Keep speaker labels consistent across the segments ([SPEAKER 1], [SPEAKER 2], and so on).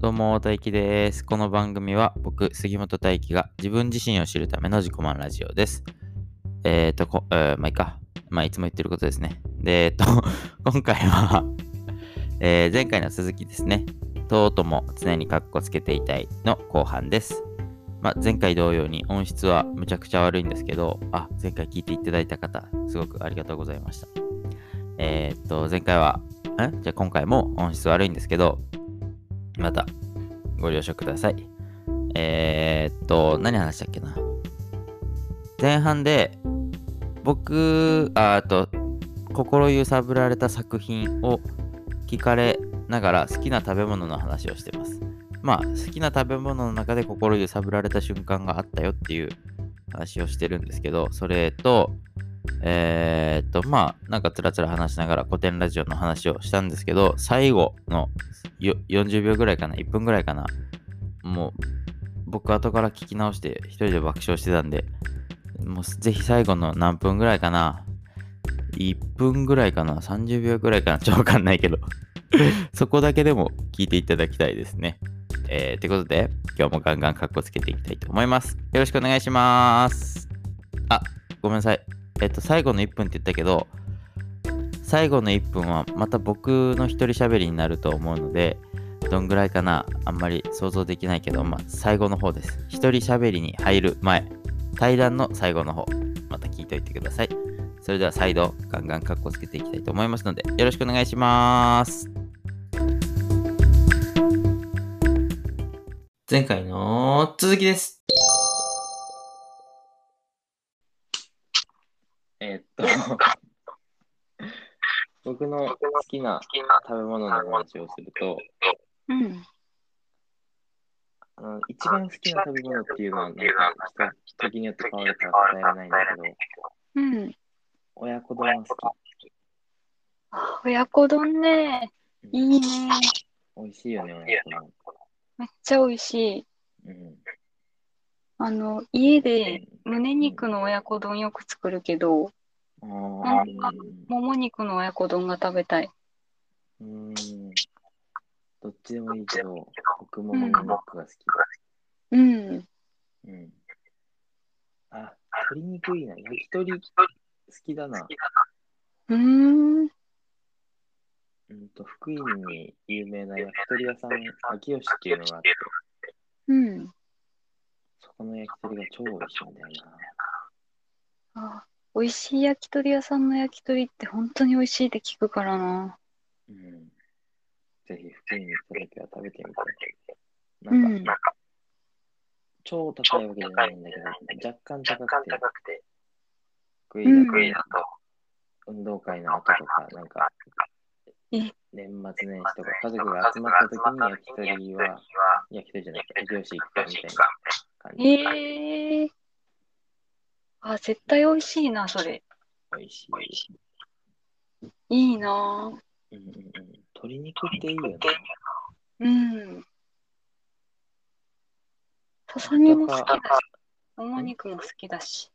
[SPEAKER 1] どうも、大輝です。この番組は僕、杉本大輝が自分自身を知るための自己満ラジオです。えっ、ー、と、こえーまあいいか。まあ、いつも言ってることですね。で、えっ、と、 今回は、 えー前回の続きですね。とうとも常にカッコつけていたいの後半です。まあ、前回同様に音質はむちゃくちゃ悪いんですけど、あ、前回聞いていただいた方、すごくありがとうございました。えっ、と、前回は、んじゃあ今回も音質悪いんですけど、またご了承ください。えー、っと、何話したっけな。前半で、僕、ああと、心揺さぶられた作品を聞かれながら好きな食べ物の話をしてます。まあ、好きな食べ物の中で心揺さぶられた瞬間があったよっていう話をしてるんですけど、それと、えー、っと、まあ、なんかつらつら話しながら古典ラジオの話をしたんですけど、最後のよ40秒ぐらいかな、1分ぐらいかな、もう僕後から聞き直して一人で爆笑してたんで、もうぜひ最後の何分ぐらいかな、1分ぐらいかな、30秒ぐらいかな、 ちょっとわかんないけど、そこだけでも聞いていただきたいですね。えー、ということで、今日もガンガンカッコつけていきたいと思います。よろしくお願いします。あ、ごめんなさい。えっと、最後の1分って言ったけど、最後の1分はまた僕の一人喋りになると思うので、どんぐらいかなあんまり想像できないけど、まあ、最後の方です。一人喋りに入る前、対談の最後の方、また聞いといてください。それでは再度、ガンガンカッコつけていきたいと思いますので、よろしくお願いします。前回の続きです。えっと、僕の好きな食べ物の話をすると、
[SPEAKER 2] うん。
[SPEAKER 1] あの一番好きな食べ物っていうのは、なんか人、時によって変わるから答えられないんだけど、
[SPEAKER 2] うん。
[SPEAKER 1] 親子丼は好
[SPEAKER 2] 親子丼ね。いいね。
[SPEAKER 1] き。美味しいよね、親子丼。
[SPEAKER 2] めっちゃ美味しい。
[SPEAKER 1] うん。
[SPEAKER 2] あの、家で胸肉の親子丼よく作るけど、
[SPEAKER 1] ああ、
[SPEAKER 2] もも肉の親子丼が食べたい。
[SPEAKER 1] うん。どっちでもいいけど、僕ももも肉が好き。
[SPEAKER 2] うん。
[SPEAKER 1] うん。あ、鶏肉いいな。焼き鳥好きだな。
[SPEAKER 2] うーん。
[SPEAKER 1] うんと、福井に有名な焼き鳥屋さん、秋吉っていうのがあって、
[SPEAKER 2] うん。
[SPEAKER 1] そこの焼き鳥が超美味しいんだよな。
[SPEAKER 2] あ美味しい焼き鳥屋さんの焼き鳥って本当に美味しいって聞くからな。
[SPEAKER 1] うん。ぜひ福井に行った時は食べてみて。
[SPEAKER 2] う
[SPEAKER 1] なんか、
[SPEAKER 2] ん。
[SPEAKER 1] 超高いわけじゃないんだけど、若干
[SPEAKER 3] 若
[SPEAKER 1] 高
[SPEAKER 3] 干
[SPEAKER 1] くて、
[SPEAKER 3] 高くて、
[SPEAKER 1] 福井
[SPEAKER 2] うん
[SPEAKER 1] だ
[SPEAKER 3] グリーン
[SPEAKER 1] と
[SPEAKER 3] だと、
[SPEAKER 1] 運動会の後とか、なんか、
[SPEAKER 2] え
[SPEAKER 1] 年末年始とか、家族が集まった時に焼き鳥は、焼き鳥じゃない、焼き鳥行くかみたいな感じで、
[SPEAKER 2] ええー。あ、絶対美味しいな、それ。
[SPEAKER 1] 美味しい。
[SPEAKER 2] いいな。
[SPEAKER 1] うんうんうん、鶏肉っていいよね。
[SPEAKER 2] うん。ささみも好きだし、もも肉も好きだし。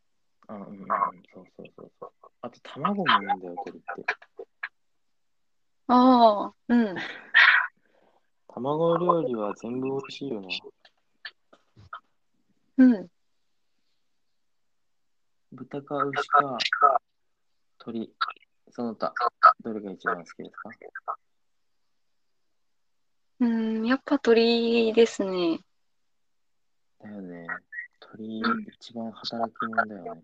[SPEAKER 1] うんうんうん、そうそうそうそう。あと、卵もいいんだよ、鶏って。
[SPEAKER 2] ああ、うん。
[SPEAKER 1] 卵料理は全部美味しいよね。
[SPEAKER 2] うん。
[SPEAKER 1] 豚か牛か鳥、その他、どれが一番好きですか
[SPEAKER 2] うん、やっぱ鳥ですね。
[SPEAKER 1] だよね。鳥、一番働くもんだよね。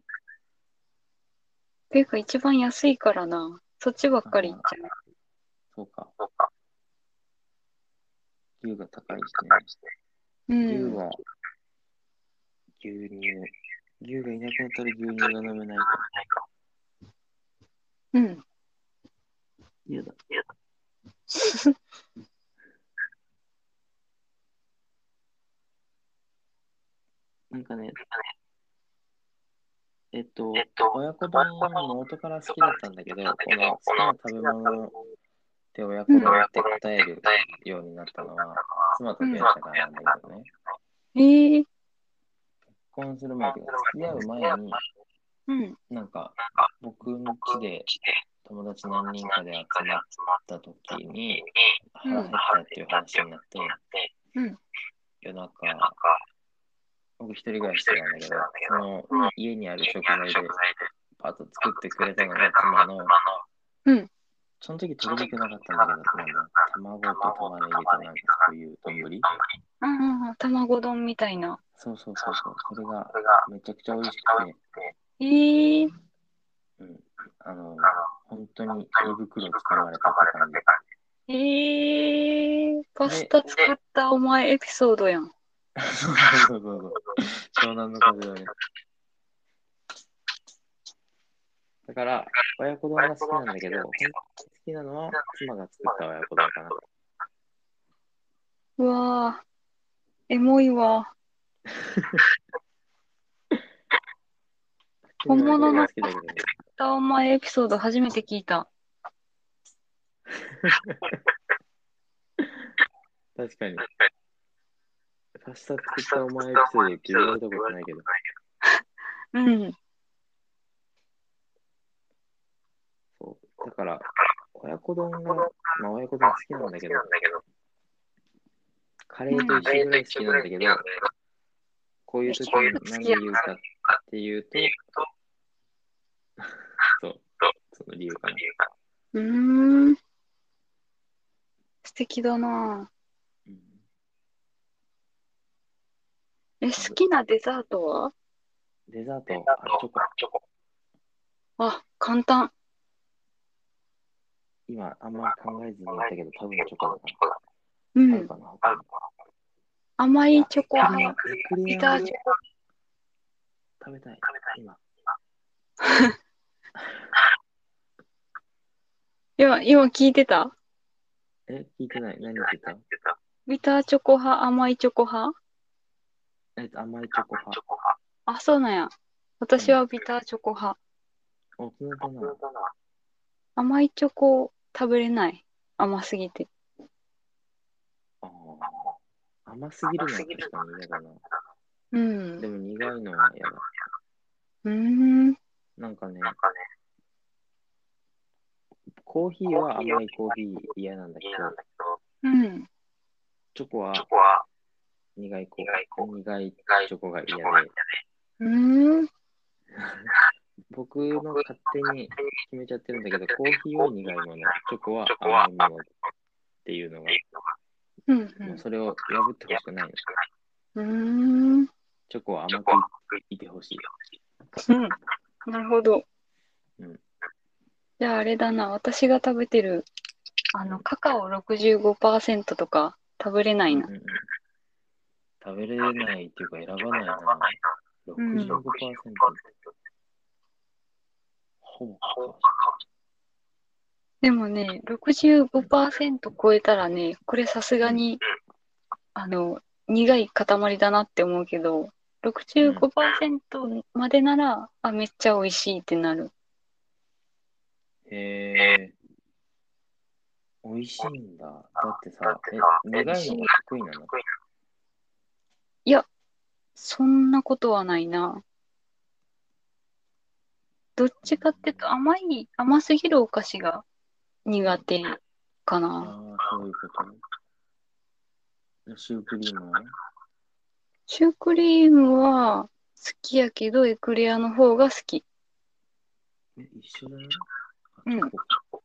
[SPEAKER 2] ていうか一番安いからな。そっちばっかり行っちゃ
[SPEAKER 1] そうか。
[SPEAKER 3] そうか、
[SPEAKER 1] 牛が高いしね。
[SPEAKER 3] 高いして、
[SPEAKER 2] う。う
[SPEAKER 1] 牛
[SPEAKER 2] ん。
[SPEAKER 1] は、牛乳。牛がいなくなったら牛乳が飲めないか。
[SPEAKER 3] ないか。
[SPEAKER 2] うん。
[SPEAKER 1] 嫌だ。なんかね、えっと
[SPEAKER 3] えっ、と
[SPEAKER 1] 親子丼は元から好きだったんだけど、この好きな食べ物で親子
[SPEAKER 2] う
[SPEAKER 1] 丼
[SPEAKER 2] ん
[SPEAKER 1] って答えるようになったのは、妻と出会ったからなんだけどね。
[SPEAKER 2] ええー。
[SPEAKER 1] 結婚する前というか、付き合う前に、
[SPEAKER 2] うん。
[SPEAKER 1] なんか、僕の家で
[SPEAKER 3] 来て、
[SPEAKER 1] 友達何人かで集まっ
[SPEAKER 3] 集まった
[SPEAKER 1] 時
[SPEAKER 3] た時に
[SPEAKER 1] に、腹減ったっていう話になって、
[SPEAKER 3] で、
[SPEAKER 2] うん
[SPEAKER 3] 夜中、僕一人暮らししてたんだけど、その家にある食材でパッと作ってくれたのが妻の、
[SPEAKER 2] うん
[SPEAKER 3] その時取りにくなかったんだけど、妻の卵と玉ねぎとなんかそういう丼
[SPEAKER 2] うんうんうん、卵丼みたいな。
[SPEAKER 3] そうそうそうそう、それがめちゃくちゃ美味しくて、
[SPEAKER 2] えー、
[SPEAKER 3] うん、あの、本当に胃袋をつかまれたって感じ。
[SPEAKER 2] えー、パスタ作ったお前エピソードやん。
[SPEAKER 3] そうそうそうそう。湘南の風だね。だから、親子丼が好きなんだけど、本当に好きなのは妻が作った親子丼かな。
[SPEAKER 2] うわー、エモいわ。本物の
[SPEAKER 3] 好きだけどね。
[SPEAKER 2] パスタお前エピソード初めて聞いた。
[SPEAKER 3] 確かに。パスタ作ったお前エピソードって言われたことないけど、
[SPEAKER 2] うん。
[SPEAKER 3] そう。だから、親子丼が、まあ親子丼好きなんだけど、カレーと一緒ぐらい好きなんだけど、こういう時に何で言うかっていうと、そう、その理由かな。
[SPEAKER 2] うーん。素敵だな
[SPEAKER 3] うん
[SPEAKER 2] え、好きなデザートは
[SPEAKER 3] デザート、あチョコ、
[SPEAKER 2] あ、簡単。
[SPEAKER 3] 今あんまり考えずに言ったけど、多分チョコだか
[SPEAKER 2] う
[SPEAKER 3] な。ある
[SPEAKER 2] ん。
[SPEAKER 3] かな。他に
[SPEAKER 2] 甘いチョコ、あ
[SPEAKER 3] あ
[SPEAKER 2] の、
[SPEAKER 3] エクレ
[SPEAKER 2] ビ
[SPEAKER 3] ア
[SPEAKER 2] タ
[SPEAKER 3] も
[SPEAKER 2] ー
[SPEAKER 3] 食
[SPEAKER 2] チョコ。
[SPEAKER 3] べたい、今。
[SPEAKER 2] 今、今聞いてた
[SPEAKER 3] え、聞いてない。何言ってた
[SPEAKER 2] ビターチョコ派、甘いチョコ派
[SPEAKER 3] え、甘いチョコ派。
[SPEAKER 2] あ、そうなんや。私はビターチョコ派。
[SPEAKER 3] 大人だな。
[SPEAKER 2] 甘いチョコ食べれない。甘すぎて。
[SPEAKER 3] あー甘すぎるのは確かに嫌だな。
[SPEAKER 2] うん。
[SPEAKER 3] で
[SPEAKER 2] う
[SPEAKER 3] も苦いのは嫌だ。
[SPEAKER 2] ーん。
[SPEAKER 3] なんかね、コーヒーは甘いコーヒー嫌なんだけど、
[SPEAKER 2] うん。
[SPEAKER 3] チョコは苦いコ
[SPEAKER 4] 苦いコ
[SPEAKER 3] ー苦いチョコが嫌で、
[SPEAKER 2] うーん。
[SPEAKER 3] 僕の勝手に決めちゃってるんだけど、コーヒーは苦いもの、チョコは甘いものっていうのが、
[SPEAKER 2] うん
[SPEAKER 3] もうそれを破ってほしくない
[SPEAKER 2] う
[SPEAKER 3] の。
[SPEAKER 2] ん。うーん。
[SPEAKER 3] チョコは甘くいてほしい。
[SPEAKER 2] うん。なるほど。
[SPEAKER 3] うん
[SPEAKER 2] じゃああれだな、私が食べてる、あの、カカオ65%とか食べれないな
[SPEAKER 3] う。んうん食べれないっていうか選ばないな。65%、ほぼカカオ
[SPEAKER 2] でもね、65%超えたらね、これさすがに、あの、苦い塊だなって思うけど、65%までなら、あ、めっちゃ美味しいってなる。
[SPEAKER 3] へえ。美味しいんだ。だってさ、え、苦いのが得意なの
[SPEAKER 2] そんなことはないな。どっちかっていうと、甘い、甘すぎるお菓子が苦手か
[SPEAKER 3] あ
[SPEAKER 2] な。
[SPEAKER 3] あ、そういうこと。シュークリームは
[SPEAKER 2] シュークリームは好きやけど、エクレアの方が好き。
[SPEAKER 3] え、一緒だよ。
[SPEAKER 2] うん
[SPEAKER 3] あチョコ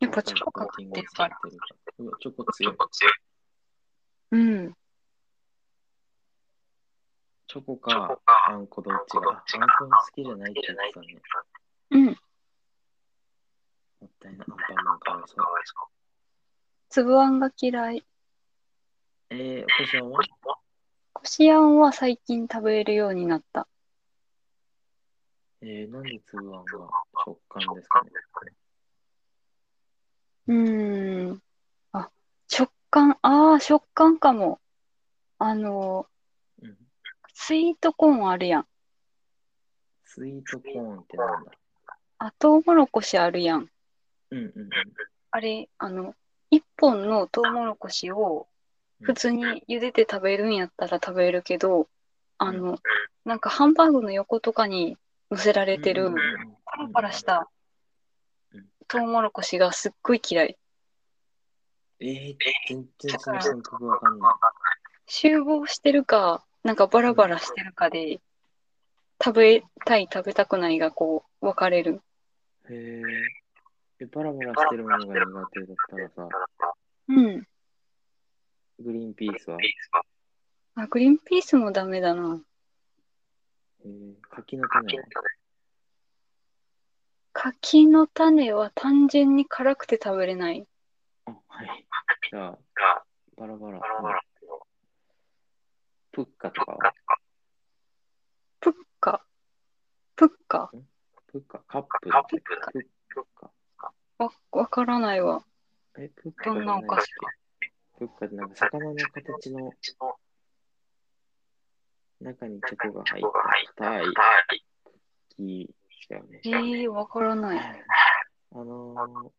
[SPEAKER 2] やっぱチョコかか
[SPEAKER 3] コーティン
[SPEAKER 2] って
[SPEAKER 3] グ
[SPEAKER 2] る
[SPEAKER 3] さ
[SPEAKER 2] か
[SPEAKER 3] れ
[SPEAKER 2] ら。
[SPEAKER 3] てるからうわチョコ強い。
[SPEAKER 2] うん。
[SPEAKER 3] チョコか、あんこどっちが。ああんこ好きじゃないって言ってたね。
[SPEAKER 2] うん。
[SPEAKER 3] もったいない。アンパンマンかわいそう。
[SPEAKER 2] 粒あんが嫌い。
[SPEAKER 3] えー、こしあんは
[SPEAKER 2] こしあんは最近食べるようになった。
[SPEAKER 3] えー、なんでつぶあんが食感ですかね。
[SPEAKER 2] うーん。あ、食感、ああ、食感かも。あの、
[SPEAKER 3] うん。
[SPEAKER 2] スイートコーンあるやん。
[SPEAKER 3] スイートコーンってなんだ
[SPEAKER 2] あ、トウモロコシあるやん。
[SPEAKER 3] うんうんうん。
[SPEAKER 2] あれ、あの、一本のトウモロコシを普通に茹でて食べるんやったら食べるけど、あの、なんかハンバーグの横とかに乗せられてる、パラパラした
[SPEAKER 3] うん
[SPEAKER 2] トウモロコシがすっごい嫌い。
[SPEAKER 3] えー、全然その感覚わかんない。
[SPEAKER 2] 集合してるか、なんかバラバラしてるかで、食べたい、食べたくないがこう、分かれる。
[SPEAKER 3] へえ。えバラバラしてるものが苦手だったらさ、
[SPEAKER 2] うん。
[SPEAKER 3] グリーンピースは、
[SPEAKER 2] あ、グリーンピースもダメだな。
[SPEAKER 3] えー、柿の種は
[SPEAKER 2] 柿の種は単純に辛くて食べれない。
[SPEAKER 3] あ、はい。じゃあ、バラバラ。プッカとかは
[SPEAKER 2] プッカ。プッカ
[SPEAKER 3] プッカカップ
[SPEAKER 4] カッ
[SPEAKER 3] プ
[SPEAKER 4] プ
[SPEAKER 3] ッカプッカ
[SPEAKER 2] わ、わからないわ。
[SPEAKER 3] え、プッ
[SPEAKER 2] ど
[SPEAKER 3] カ
[SPEAKER 2] んなお菓子か。
[SPEAKER 3] プッカってなんか魚の形の中にチョコが入った硬い木だよね。
[SPEAKER 2] えー、わからない。
[SPEAKER 3] あのー、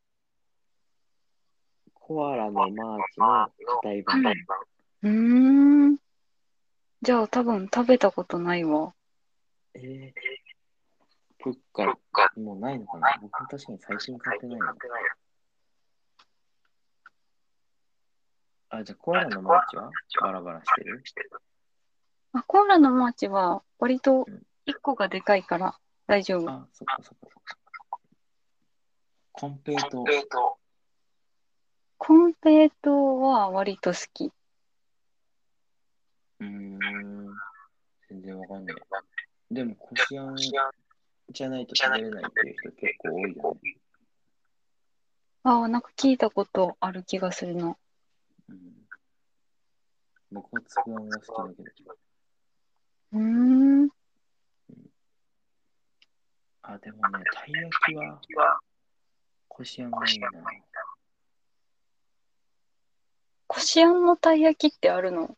[SPEAKER 3] コアラのマーチの硬い版。
[SPEAKER 2] うーん。じゃあ多分食べたことないわ。
[SPEAKER 3] えー、プッカもうないのかな僕も確かに最近買ってないな。あ、じゃあコアラのマーチはバラバラしてる
[SPEAKER 2] あ、コーラのマーチは割と1個がでかいから大丈夫。
[SPEAKER 3] あ、そっかそっかそっか。コンペイト
[SPEAKER 2] コンペイトーは割と好き。
[SPEAKER 3] うーん。全然わかんない。でも、こしあんじゃないと食べれないっていう人結構多いよね。
[SPEAKER 2] ああ、なんか聞いたことある気がするな。
[SPEAKER 3] うん、僕はつぶあんが好きだけど。
[SPEAKER 2] うーん。
[SPEAKER 3] あ、でもね、たい焼きはこしあんがいいな。
[SPEAKER 2] こしあんのたい焼きってあるの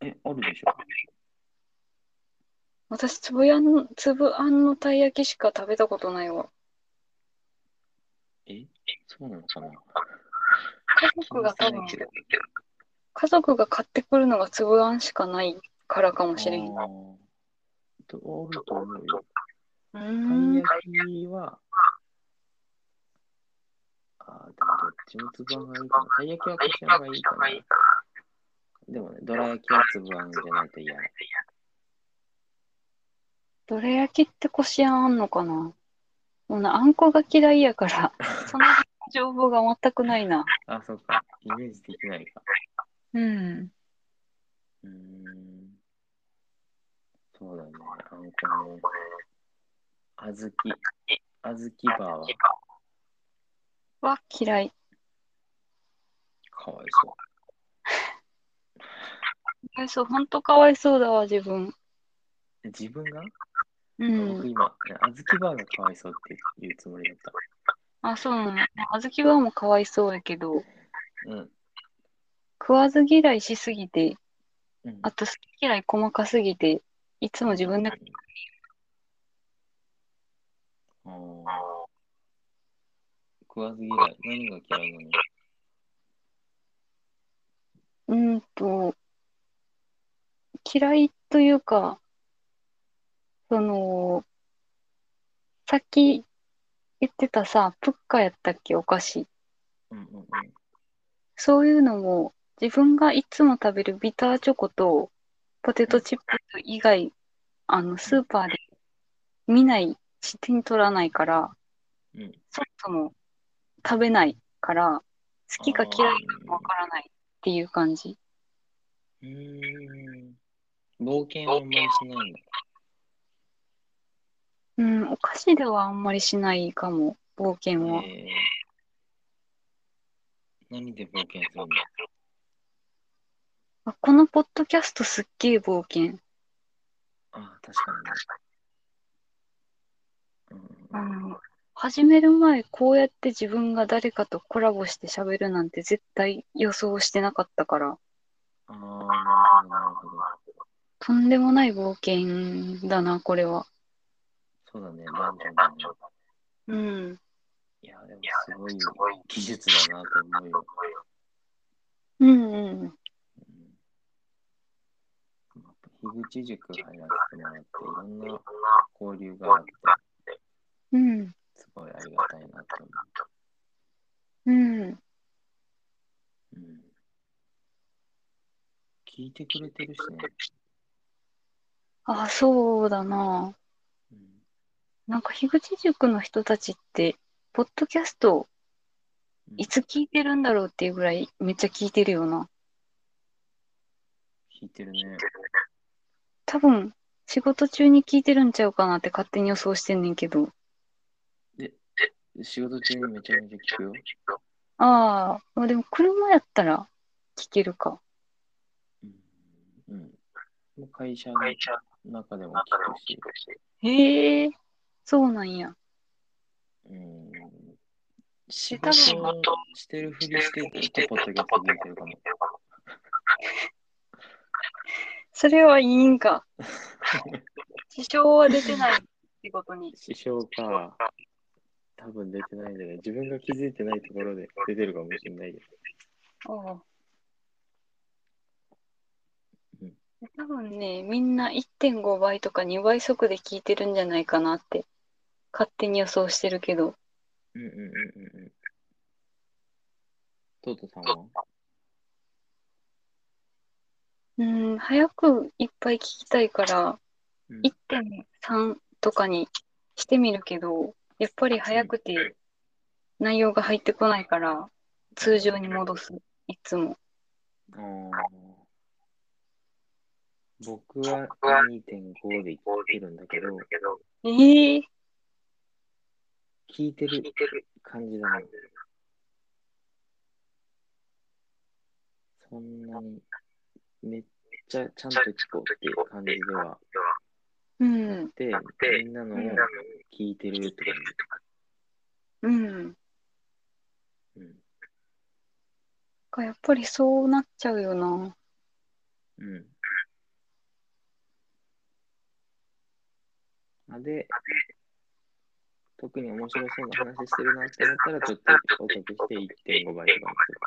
[SPEAKER 3] え、あるでしょ
[SPEAKER 2] 私、つぶあんの、つぶあんのたい焼きしか食べたことないわ。
[SPEAKER 3] えそうなのかな
[SPEAKER 2] 家族が多分、家族が買ってくるのがつぶあんしかないからかもしれん。う
[SPEAKER 3] あーとあると思うよ。
[SPEAKER 2] ー
[SPEAKER 3] たい
[SPEAKER 2] ん。
[SPEAKER 3] 焼きは、あーでもどっちもつぶあんがいいかな。たい焼きはこしあんがいいかな。でもね、どら焼きはつぶあんじゃないと嫌な。
[SPEAKER 2] どら焼きってこしあんあんのかなもうな、あんこが嫌いや から、その情報が全くないな。
[SPEAKER 3] あ、そっか。イメージできないか。
[SPEAKER 2] うん。
[SPEAKER 3] うーん。そうだね。あの、この、あずき、あずきバーは
[SPEAKER 2] は嫌い。
[SPEAKER 3] かわいそ
[SPEAKER 2] かわいそう、ほんとかわいそうだわ、自分。
[SPEAKER 3] う。自分が、
[SPEAKER 2] う
[SPEAKER 3] 僕
[SPEAKER 2] ん。
[SPEAKER 3] 今、あずきバーがかわいそうって言うつもりだっ
[SPEAKER 2] あ、そうなの。あずきはもうかわいそうやけど、
[SPEAKER 3] た。うん。
[SPEAKER 2] 食わず嫌いしすぎて、
[SPEAKER 3] うん、
[SPEAKER 2] あと好き嫌い細かすぎて、いつも自分で
[SPEAKER 3] あー食わず嫌い。何が嫌いな
[SPEAKER 2] うー
[SPEAKER 3] の
[SPEAKER 2] んと、嫌いというか、その、さっき言ってたさ、プッカやったっけ、お菓子。
[SPEAKER 3] うんうんうん。
[SPEAKER 2] そういうのも、自分がいつも食べるビターチョコとポテトチップス以外、あの、スーパーで見ない、し手に取らないから、
[SPEAKER 3] うん
[SPEAKER 2] そもそも食べないから、好きか嫌い
[SPEAKER 3] あー
[SPEAKER 2] かわからないっていう感じ。
[SPEAKER 3] うーん。冒険はあんまりしないんだ。
[SPEAKER 2] うん、お菓子ではあんまりしないかも、冒険は。
[SPEAKER 3] えー何で冒険するの
[SPEAKER 2] あこのポッドキャストすっげえ冒険。
[SPEAKER 3] あ、確かにね。
[SPEAKER 2] あの、始める前、こうやって自分が誰かとコラボして喋るなんて絶対予想してなかったから、
[SPEAKER 3] うん、ああ、なるほど、なるほど。
[SPEAKER 2] とんでもない冒険だな、これは。
[SPEAKER 3] そうだね、ダンジョンだね。
[SPEAKER 2] うん。
[SPEAKER 3] いや、でもすごい技術だなと思うよ。
[SPEAKER 2] うんうん。
[SPEAKER 3] うん、樋口塾入らせてもらって、いろんな交流があって、
[SPEAKER 2] うん。
[SPEAKER 3] すごいありがたいなと思
[SPEAKER 2] うん。
[SPEAKER 3] てくれてるしね。
[SPEAKER 2] あ、そうだな。
[SPEAKER 3] うん
[SPEAKER 2] なんか樋口塾の人たちって、ポッドキャスト
[SPEAKER 3] うん
[SPEAKER 2] いつ聞いてるんだろうっていうぐらいめっちゃ聞いてるよな。
[SPEAKER 3] 聞いてるね。
[SPEAKER 2] 多分仕事中に聞いてるんちゃうかなって勝手に予想してんねんけど。
[SPEAKER 3] 仕事中にめちゃめちゃ聞くよ。
[SPEAKER 2] ああ、まあでも車やったら聞けるか。
[SPEAKER 3] うん。もう会社の中でも聞くし。
[SPEAKER 2] へえ、そうなんや。
[SPEAKER 3] うん。仕
[SPEAKER 2] 多分
[SPEAKER 3] 事をしてるふりしてずっとポッドキャスト聞いてるかも。
[SPEAKER 2] それはいいん か。支障は出てない仕事 に。
[SPEAKER 3] 師匠か。多分出てないんじゃない自分が気づいてないところで出てるかもしれないよ。
[SPEAKER 2] おう
[SPEAKER 3] うん
[SPEAKER 2] 多分ね、みんな1.5倍とか2倍速で聞いてるんじゃないかなって勝手に予想してるけど、
[SPEAKER 3] うんうんうんうんうん。トートさんは
[SPEAKER 2] うん、早くいっぱい聞きたいから
[SPEAKER 3] うん
[SPEAKER 2] 1.3とかにしてみるけど、やっぱり早くて内容が入ってこないから通常に戻す、いつも。
[SPEAKER 3] あー僕は2.5で聞いてるんだけど、
[SPEAKER 2] ええ
[SPEAKER 3] 聞いてる感じだね。そんなに、めっちゃちゃんと聞こうっていう感じでは
[SPEAKER 2] うん、
[SPEAKER 3] で、みんなのを聞いてるって
[SPEAKER 2] う
[SPEAKER 3] 感
[SPEAKER 2] ん。
[SPEAKER 3] じ。うん
[SPEAKER 2] かやっぱりそうなっちゃうよな。
[SPEAKER 3] うん。あで、特に面白そうな話してるなって思ったら、ちょっとお得して1.5倍とかにする。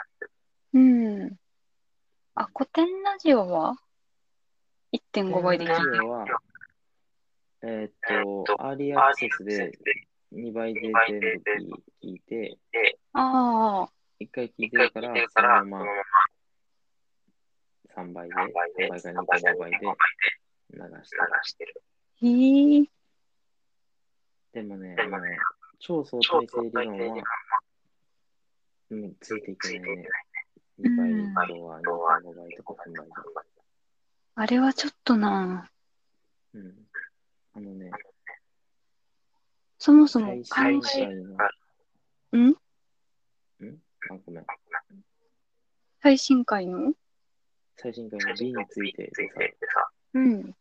[SPEAKER 2] うん。あ、古典ラジオは ?1.5 倍で聞い
[SPEAKER 3] ラ
[SPEAKER 2] て
[SPEAKER 3] ジ
[SPEAKER 2] る。
[SPEAKER 3] オは、えーっと、アーリーアクセスで2倍で全部聞いて、
[SPEAKER 2] ああ、
[SPEAKER 3] 1回聞いてるから、そのまま3倍で、3倍か2.5倍で流してる。
[SPEAKER 2] へえ。
[SPEAKER 3] でもね、あの、超相対性理論は、うん、ついていけないね。2倍
[SPEAKER 2] うん
[SPEAKER 3] とは2.5倍とか3倍とか。
[SPEAKER 2] あれはちょっとな。
[SPEAKER 3] うん。あのね、
[SPEAKER 2] そもそも
[SPEAKER 3] 最
[SPEAKER 2] 考
[SPEAKER 3] 新
[SPEAKER 2] え、
[SPEAKER 3] 回の、
[SPEAKER 2] ん
[SPEAKER 3] あ、ごめん。
[SPEAKER 2] 最新回の
[SPEAKER 3] 最新回の B についてでさ、
[SPEAKER 2] うん。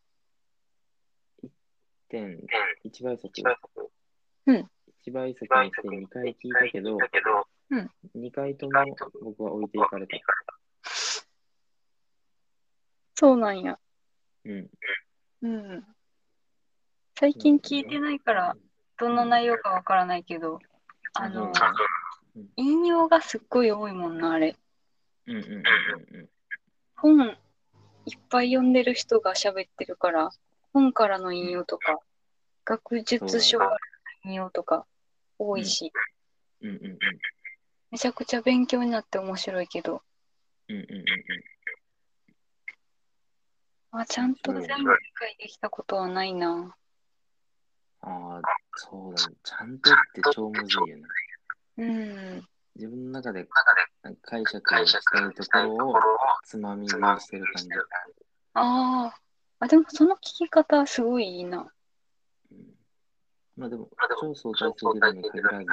[SPEAKER 3] 点1倍速。
[SPEAKER 2] うん
[SPEAKER 3] 1倍速にして2回聞いたけど、
[SPEAKER 2] うん
[SPEAKER 3] 2回とも僕は置いていかれた。
[SPEAKER 2] そうなんや。
[SPEAKER 3] うん。
[SPEAKER 2] うん。最近聞いてないから、どんな内容かわからないけど、あの、引用がすっごい多いもんな、あれ。
[SPEAKER 3] うんうんうんうんうん。
[SPEAKER 2] 本いっぱい読んでる人が喋ってるから、本からの引用とか、学術書からの引用とか多いし、
[SPEAKER 3] うんうんうん。
[SPEAKER 2] めちゃくちゃ勉強になって面白いけど、
[SPEAKER 3] うんうんうんうん。
[SPEAKER 2] まあ、ちゃんと全部理解できたことはないな。
[SPEAKER 3] ああ、そうだね。ちゃんとって超むずいよね。
[SPEAKER 2] うん。
[SPEAKER 3] 自分の中で解釈をしたいところをつまみ食いしてる感じ。
[SPEAKER 2] あーあ、でもその聞き方すごいいいな。
[SPEAKER 3] うんまあでも、超相対性理論に限らず、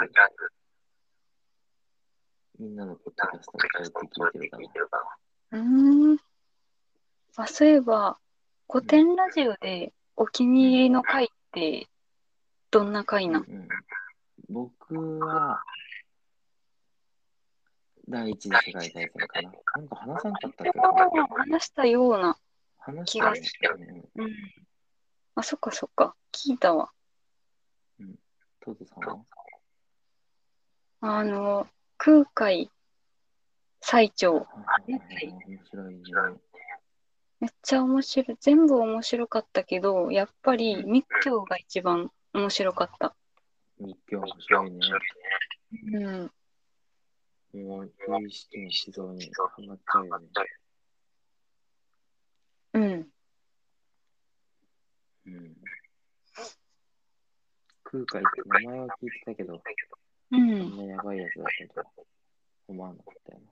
[SPEAKER 3] みんなのポッドキャストをこうやって聞いてるから。
[SPEAKER 2] うーん。あ、そういえば、古典ラジオでお気に入りの回って、どんな回なん
[SPEAKER 3] うん、僕は、第一次世界大戦かな。なんか話さなかったっけな
[SPEAKER 2] 話したような。
[SPEAKER 3] 話したよね。
[SPEAKER 2] うん。あ、そっかそっか。聞いたわ。
[SPEAKER 3] トートさんは
[SPEAKER 2] あの、空海最長。
[SPEAKER 3] はいはいはい面白いね。
[SPEAKER 2] めっちゃ面白い。全部面白かったけど、やっぱり密教が一番面白かった。
[SPEAKER 3] 密教面白いね。
[SPEAKER 2] うん。
[SPEAKER 3] もう、有意識の指導にハマっちゃうよね。
[SPEAKER 2] うん。
[SPEAKER 3] うん。空海って名前は聞いてたけど、
[SPEAKER 2] う
[SPEAKER 3] こ
[SPEAKER 2] ん。
[SPEAKER 3] んなやばいやつだったとは思わなかったよな。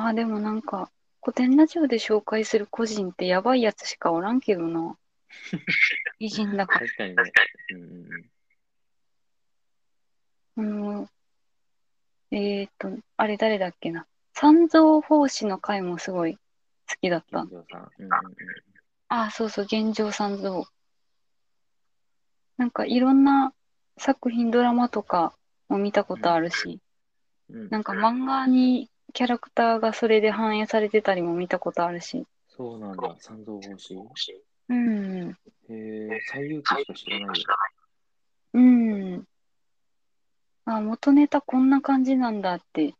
[SPEAKER 2] まあでもなんか、古典ラジオで紹介する個人ってやばいやつしかおらんけどな。偉人だから。
[SPEAKER 3] 確かにね。うんうんう ん。
[SPEAKER 2] うん。えーっと、あれ誰だっけな。三蔵法師の回もすごい好きだった
[SPEAKER 3] 金。城さん。うんうんうん。
[SPEAKER 2] あ、そうそう、現状三蔵。なんかいろんな作品、ドラマとかも見たことあるし、
[SPEAKER 3] うん
[SPEAKER 2] なんか漫画にキャラクターがそれで反映されてたりも見たことあるし、
[SPEAKER 3] そうなんだ、三蔵法師。
[SPEAKER 2] うん、
[SPEAKER 3] へえ、最優記しか知らないよ。
[SPEAKER 2] うん。あ、元ネタこんな感じなんだって、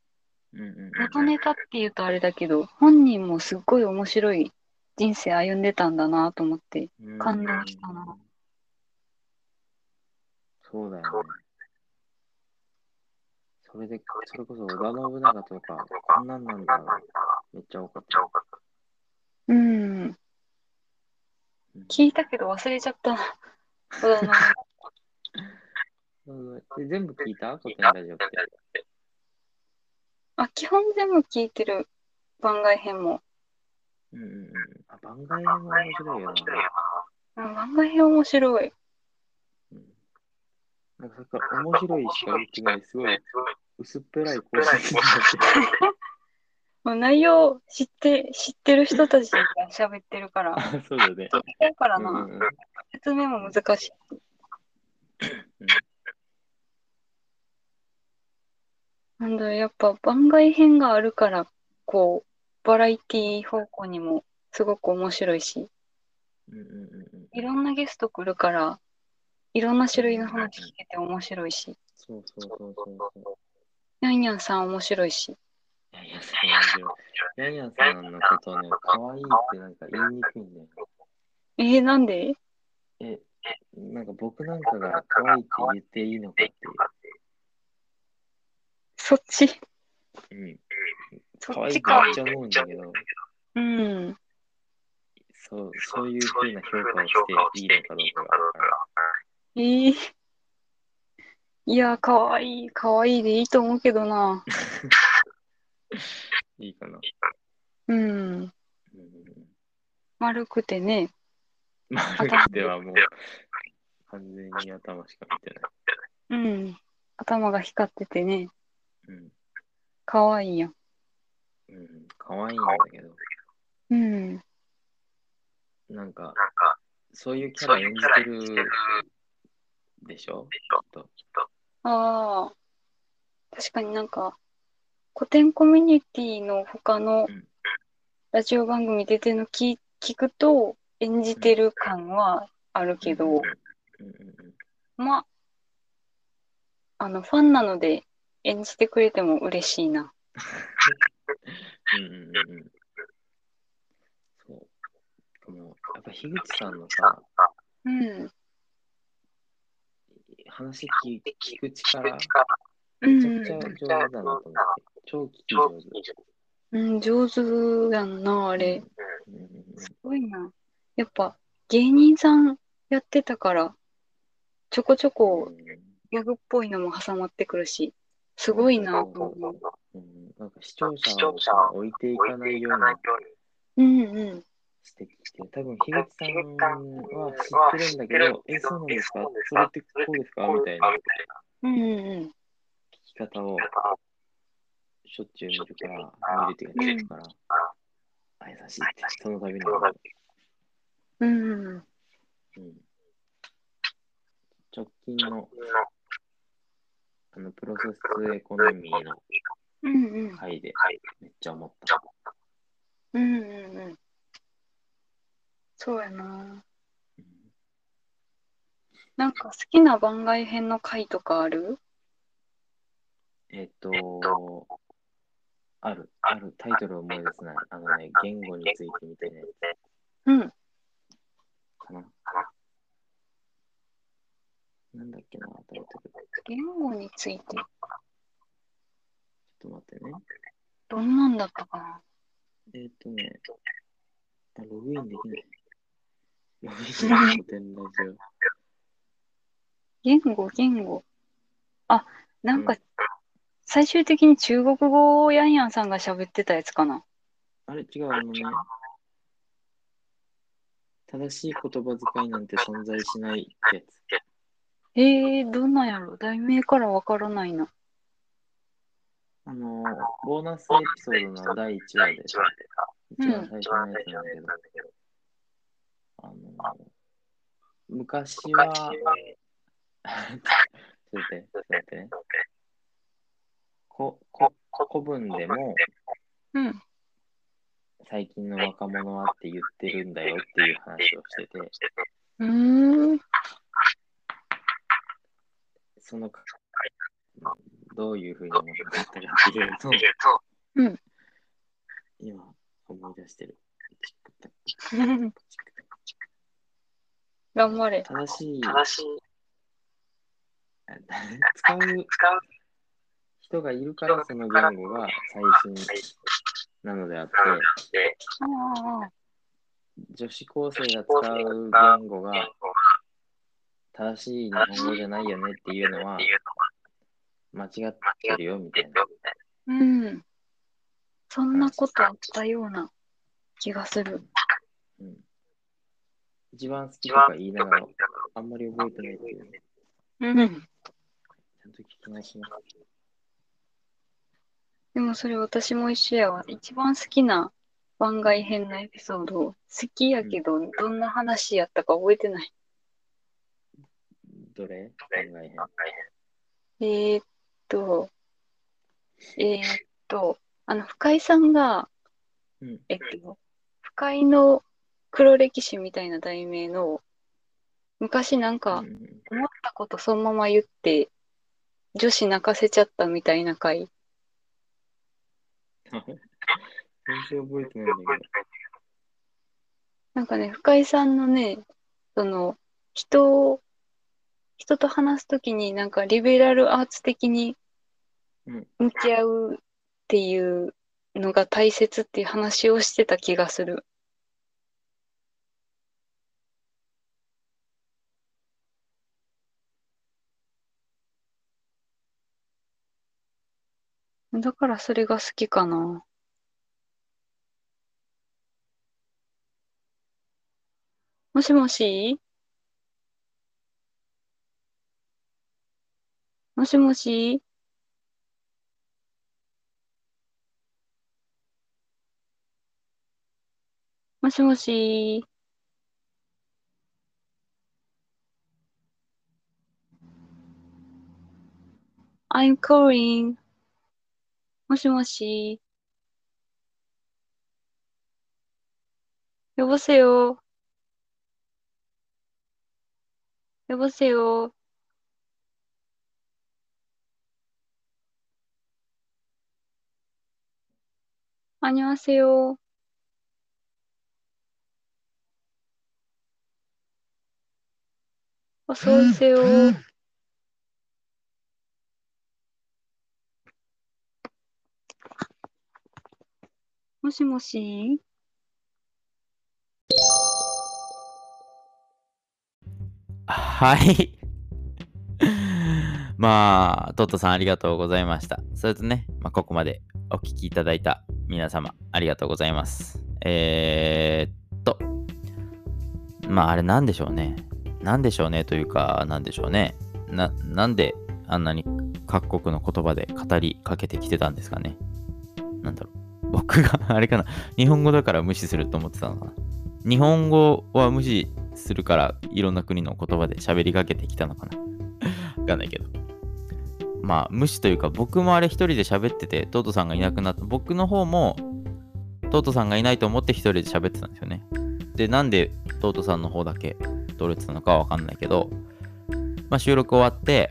[SPEAKER 3] うんうんうん。
[SPEAKER 2] 元ネタっていうとあれだけど、本人もすっごい面白い人生歩んでたんだなと思って、
[SPEAKER 3] うん
[SPEAKER 2] 感動したな。
[SPEAKER 3] そうだよね。それで、それこそ織田信長とか、こんなんなんだろう。めっちゃ多かった。
[SPEAKER 2] うん、
[SPEAKER 3] うん
[SPEAKER 2] 聞いたけど忘れちゃったな。そうだな。
[SPEAKER 3] そうそうえ全部聞いた古典ラジオって。
[SPEAKER 2] あ、基本全部聞いてる番外編も。
[SPEAKER 3] うんうんうん。あ、番外編も面白いよ
[SPEAKER 2] うん、番外編面白い。
[SPEAKER 3] な。うんなんかさっきから面白いしか言ってない、すごい薄っぺらい更新になってる。
[SPEAKER 2] もう内容知って、知ってる人たちが喋ってるから。
[SPEAKER 3] あ、そうだね。
[SPEAKER 2] だから
[SPEAKER 3] うん
[SPEAKER 2] な、
[SPEAKER 3] うんうん。
[SPEAKER 2] 説明も難しい。なんだろうやっぱ番外編があるから、こう、バラエティ方向にもすごく面白いし、
[SPEAKER 3] うんうんうんうん。
[SPEAKER 2] いろんなゲスト来るから、いろんな種類の話聞けて面白いし、
[SPEAKER 3] そうそうそうそうそう。
[SPEAKER 2] ニャンニャンさん面白いし。
[SPEAKER 3] ヤンヤンさん面白い。ヤンヤンさんのことはね、可愛いってなんか言いにくいんだよね。
[SPEAKER 2] えー、なんで
[SPEAKER 3] え、なんか僕なんかが可愛いって言っていいのかって
[SPEAKER 2] そっち、
[SPEAKER 3] いう。うん。可
[SPEAKER 2] そ
[SPEAKER 3] 愛
[SPEAKER 2] っ
[SPEAKER 3] いって
[SPEAKER 2] ち
[SPEAKER 3] 言
[SPEAKER 2] か
[SPEAKER 3] っ。ちゃ思うんだけど、
[SPEAKER 2] うん。
[SPEAKER 3] そう、そういう風な評価をしていいのかどうかがわか
[SPEAKER 2] え
[SPEAKER 3] ら
[SPEAKER 2] ー、いや、かわいい、かわいいでいいと思うけどな。
[SPEAKER 3] ん。いいかな。
[SPEAKER 2] うん。
[SPEAKER 3] うんうんうん。
[SPEAKER 2] 丸くてね。
[SPEAKER 3] まあ、 ではもう、完全に頭しか見てない。
[SPEAKER 2] うん。頭が光っててね。
[SPEAKER 3] うん。
[SPEAKER 2] かわいいやん。
[SPEAKER 3] うん。可愛いんだけど、
[SPEAKER 2] うん。
[SPEAKER 3] なんか、そういうキャラ演じてるでしょきっと。
[SPEAKER 2] ああ。確かになんか、古典コミュニティの他の
[SPEAKER 3] うん
[SPEAKER 2] ラジオ番組出てるの聞聞くと、演じてる感はあるけど、
[SPEAKER 3] うんうんうん。
[SPEAKER 2] まあ、あの、ファンなので演じてくれても嬉しいな。
[SPEAKER 3] うんうんうんうん。そう。でも、やっぱ樋口さんのさ、
[SPEAKER 2] うん。
[SPEAKER 3] 話聞聞く力、
[SPEAKER 2] う
[SPEAKER 3] めちゃくち
[SPEAKER 2] ん。
[SPEAKER 3] ゃ上手だなと思って。超聞き上手。
[SPEAKER 2] うん、上手やんな、あれ。
[SPEAKER 3] うんうんうん
[SPEAKER 2] すごいな。やっぱ、芸人さんやってたから、ちょこちょこギャグっぽいのも挟まってくるし、すごいなと思う。
[SPEAKER 3] うんうんなんか視聴者をさ置いていかないように
[SPEAKER 2] うんうん。
[SPEAKER 3] してきて、多分樋口さんは知ってるんだけど、え、そうなんですかそれってこうですかみたいな聞
[SPEAKER 2] うんうん
[SPEAKER 3] き方をしょっちゅう見るから、見るっていうか聞くから、あ、優しいって、その度に思う。
[SPEAKER 2] うん。うんうん。
[SPEAKER 3] うん直近のあのプロセスエコノミーの
[SPEAKER 2] うんうん。
[SPEAKER 3] 回でめっちゃ思った。
[SPEAKER 2] うんうんうん。そうやな。
[SPEAKER 3] うん
[SPEAKER 2] なんか好きな番外編の回とかある
[SPEAKER 3] えっと、ある、ある、タイトル思い出せない。あのね、言語についてみたいなや
[SPEAKER 2] うん。
[SPEAKER 3] つかな。なんだっけな、タイトル。ちょっ
[SPEAKER 2] 言語について、
[SPEAKER 3] と待ってね。
[SPEAKER 2] どんなんだったかな
[SPEAKER 3] えっとね、あログインできない。ログインしない古典ラジ
[SPEAKER 2] 言語、言語。あ、なんか、最終的に中国語をヤンヤンさんが喋ってたやつかな。
[SPEAKER 3] オ。あれ違う、あのね。正しい言葉遣いなんて存在しないってやつ。
[SPEAKER 2] えー、どんなんやろ題名からわからないな。
[SPEAKER 3] あの、ボーナスエピソードの第1話で、一番最初のやつなんだけど、あの、昔は、ちょっと待って、ちょっと待ってね。こ、こ、古文でも、
[SPEAKER 2] うん。
[SPEAKER 3] 最近の若者はって言ってるんだよっていう話をしてて、
[SPEAKER 2] うーん。
[SPEAKER 3] その、どういうふうに思ったかっていうと、
[SPEAKER 2] うん
[SPEAKER 3] 今思い出してる。チクタクチクタク
[SPEAKER 2] 頑張れ。
[SPEAKER 3] 正しい、
[SPEAKER 4] 正しい
[SPEAKER 3] 使う
[SPEAKER 4] 使う
[SPEAKER 3] 人がいるからその言語が最
[SPEAKER 4] 最
[SPEAKER 3] 新
[SPEAKER 4] 新
[SPEAKER 3] なのであって、
[SPEAKER 4] で
[SPEAKER 2] ああ、
[SPEAKER 3] 女子高生が使う言
[SPEAKER 4] 言
[SPEAKER 3] 語が
[SPEAKER 4] 語
[SPEAKER 3] 正しい日本語じゃないよねっていうのは
[SPEAKER 4] っていう
[SPEAKER 3] 間違ってるよみたいな。
[SPEAKER 4] のみたい
[SPEAKER 2] うん。そんなことあったような気がする。
[SPEAKER 3] うん、一番好
[SPEAKER 4] 一
[SPEAKER 3] きと
[SPEAKER 4] 番
[SPEAKER 3] か言いながらあんまり覚えてないっていうね。
[SPEAKER 2] うん。
[SPEAKER 3] ちゃんと聞き直します。
[SPEAKER 2] でもそれ私も一緒やわ。一番好きな番外編のエピソード、好きやけど、どんな話やったか覚えてない。
[SPEAKER 3] どれ番外編。
[SPEAKER 2] えー、っと、えー、っと、あの、深井さんが、
[SPEAKER 3] うん
[SPEAKER 2] えっと、深井の黒歴史みたいな題名の、昔なんか
[SPEAKER 3] うんう、ん
[SPEAKER 2] 思ったことそのまま言って、女子泣かせちゃったみたいな回。
[SPEAKER 3] 全 然覚えてないんだけ
[SPEAKER 2] なんかね、深井さんのね、その、人を、人と話すときになんかリベラルアーツ的に
[SPEAKER 3] うん
[SPEAKER 2] 向き合うっていうのが大切っていう話をしてた気がする。だからそれが好きかな。もしもしもしもしもしもし？I'm calling. もしもし呼ぼせよ。呼ぼせよ。안녕하세요。어서오세요。もしもし
[SPEAKER 1] はい。 まあ、トットさんありがとうございました。それとね、まあ、ここまでお聞きいただいた皆様、ありがとうございます。えー、っと、まあ、あれなんでしょうね。なんでしょうねというか、なんでしょうね。な、なんであんなに各国の言葉で語りかけてきてたんですかね。なんだろう。僕が、あれかな。日本語だから無視すると思ってたのかな。日本語は無視するからいろんな国の言葉で喋りかけてきたのかな わかんないけどまあ無視というか僕もあれ一人で喋っててトートさんがいなくなった僕の方もトートさんがいないと思って一人で喋ってたんですよねでなんでトートさんの方だけ取れてたのかはわかんないけど、まあ、収録終わって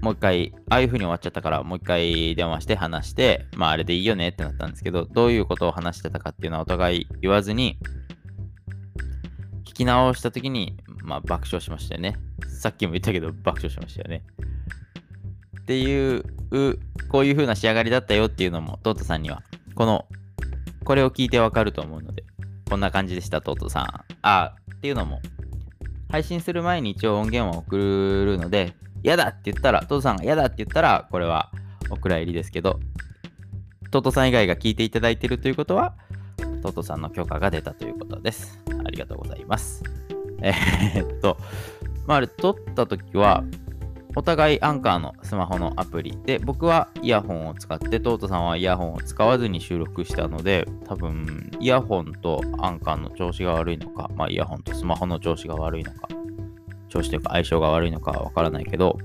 [SPEAKER 1] もう一回ああいう風に終わっちゃったからもう一回電話して話してまああれでいいよねってなったんですけどどういうことを話してたかっていうのはお互い言わずに聞き直した時に、まあ、爆笑しましたよね。さっきも言ったけど爆笑しましたよね。っていう、うこういう風な仕上がりだったよっていうのも、トートさんには、この、これを聞いてわかると思うので、こんな感じでした、トートさん。あ、っていうのも、配信する前に一応音源を送るので、嫌だって言ったら、トートさんが嫌だって言ったら、これはお蔵入りですけど、トートさん以外が聞いていただいているということは、トートさんの許可が出たということです。ありがとうございます。えーっと、まあ、あれ、撮ったときは、お互いアンカーのスマホのアプリで、僕はイヤホンを使って、トートさんはイヤホンを使わずに収録したので、多分、イヤホンとアンカーの調子が悪いのか、まあ、イヤホンとスマホの調子が悪いのか、調子というか相性が悪いのかはわからないけど、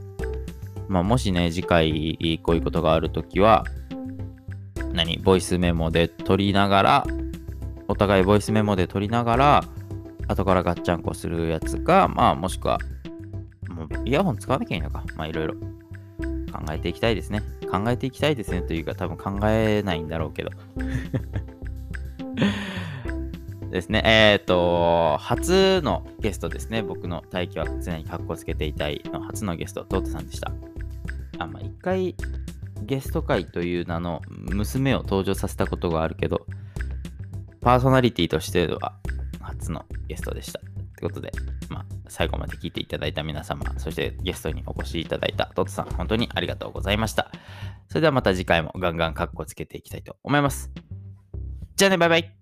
[SPEAKER 1] まあ、もしね、次回こういうことがあるときは、何、ボイスメモで撮りながら、お互いボイスメモで撮りながら、後からガッチャンコするやつか、まあ、もしくは、もうイヤホン使わなきゃいいのか。まあ、いろいろ考えていきたいですね。考えていきたいですねというか、多分考えないんだろうけど。 ですね。えっ、と、初のゲストですね。僕の待機は常に格好つけていたいの初のゲスト、トートさんでした。あ、まあ、一回ゲスト会という名の娘を登場させたことがあるけど、パーソナリティとしては初のゲストでした。ということで、まあ、最後まで聞いていただいた皆様、そしてゲストにお越しいただいたトットさん、本当にありがとうございました。それではまた次回もガンガンカッコつけていきたいと思います。じゃあね、バイバイ。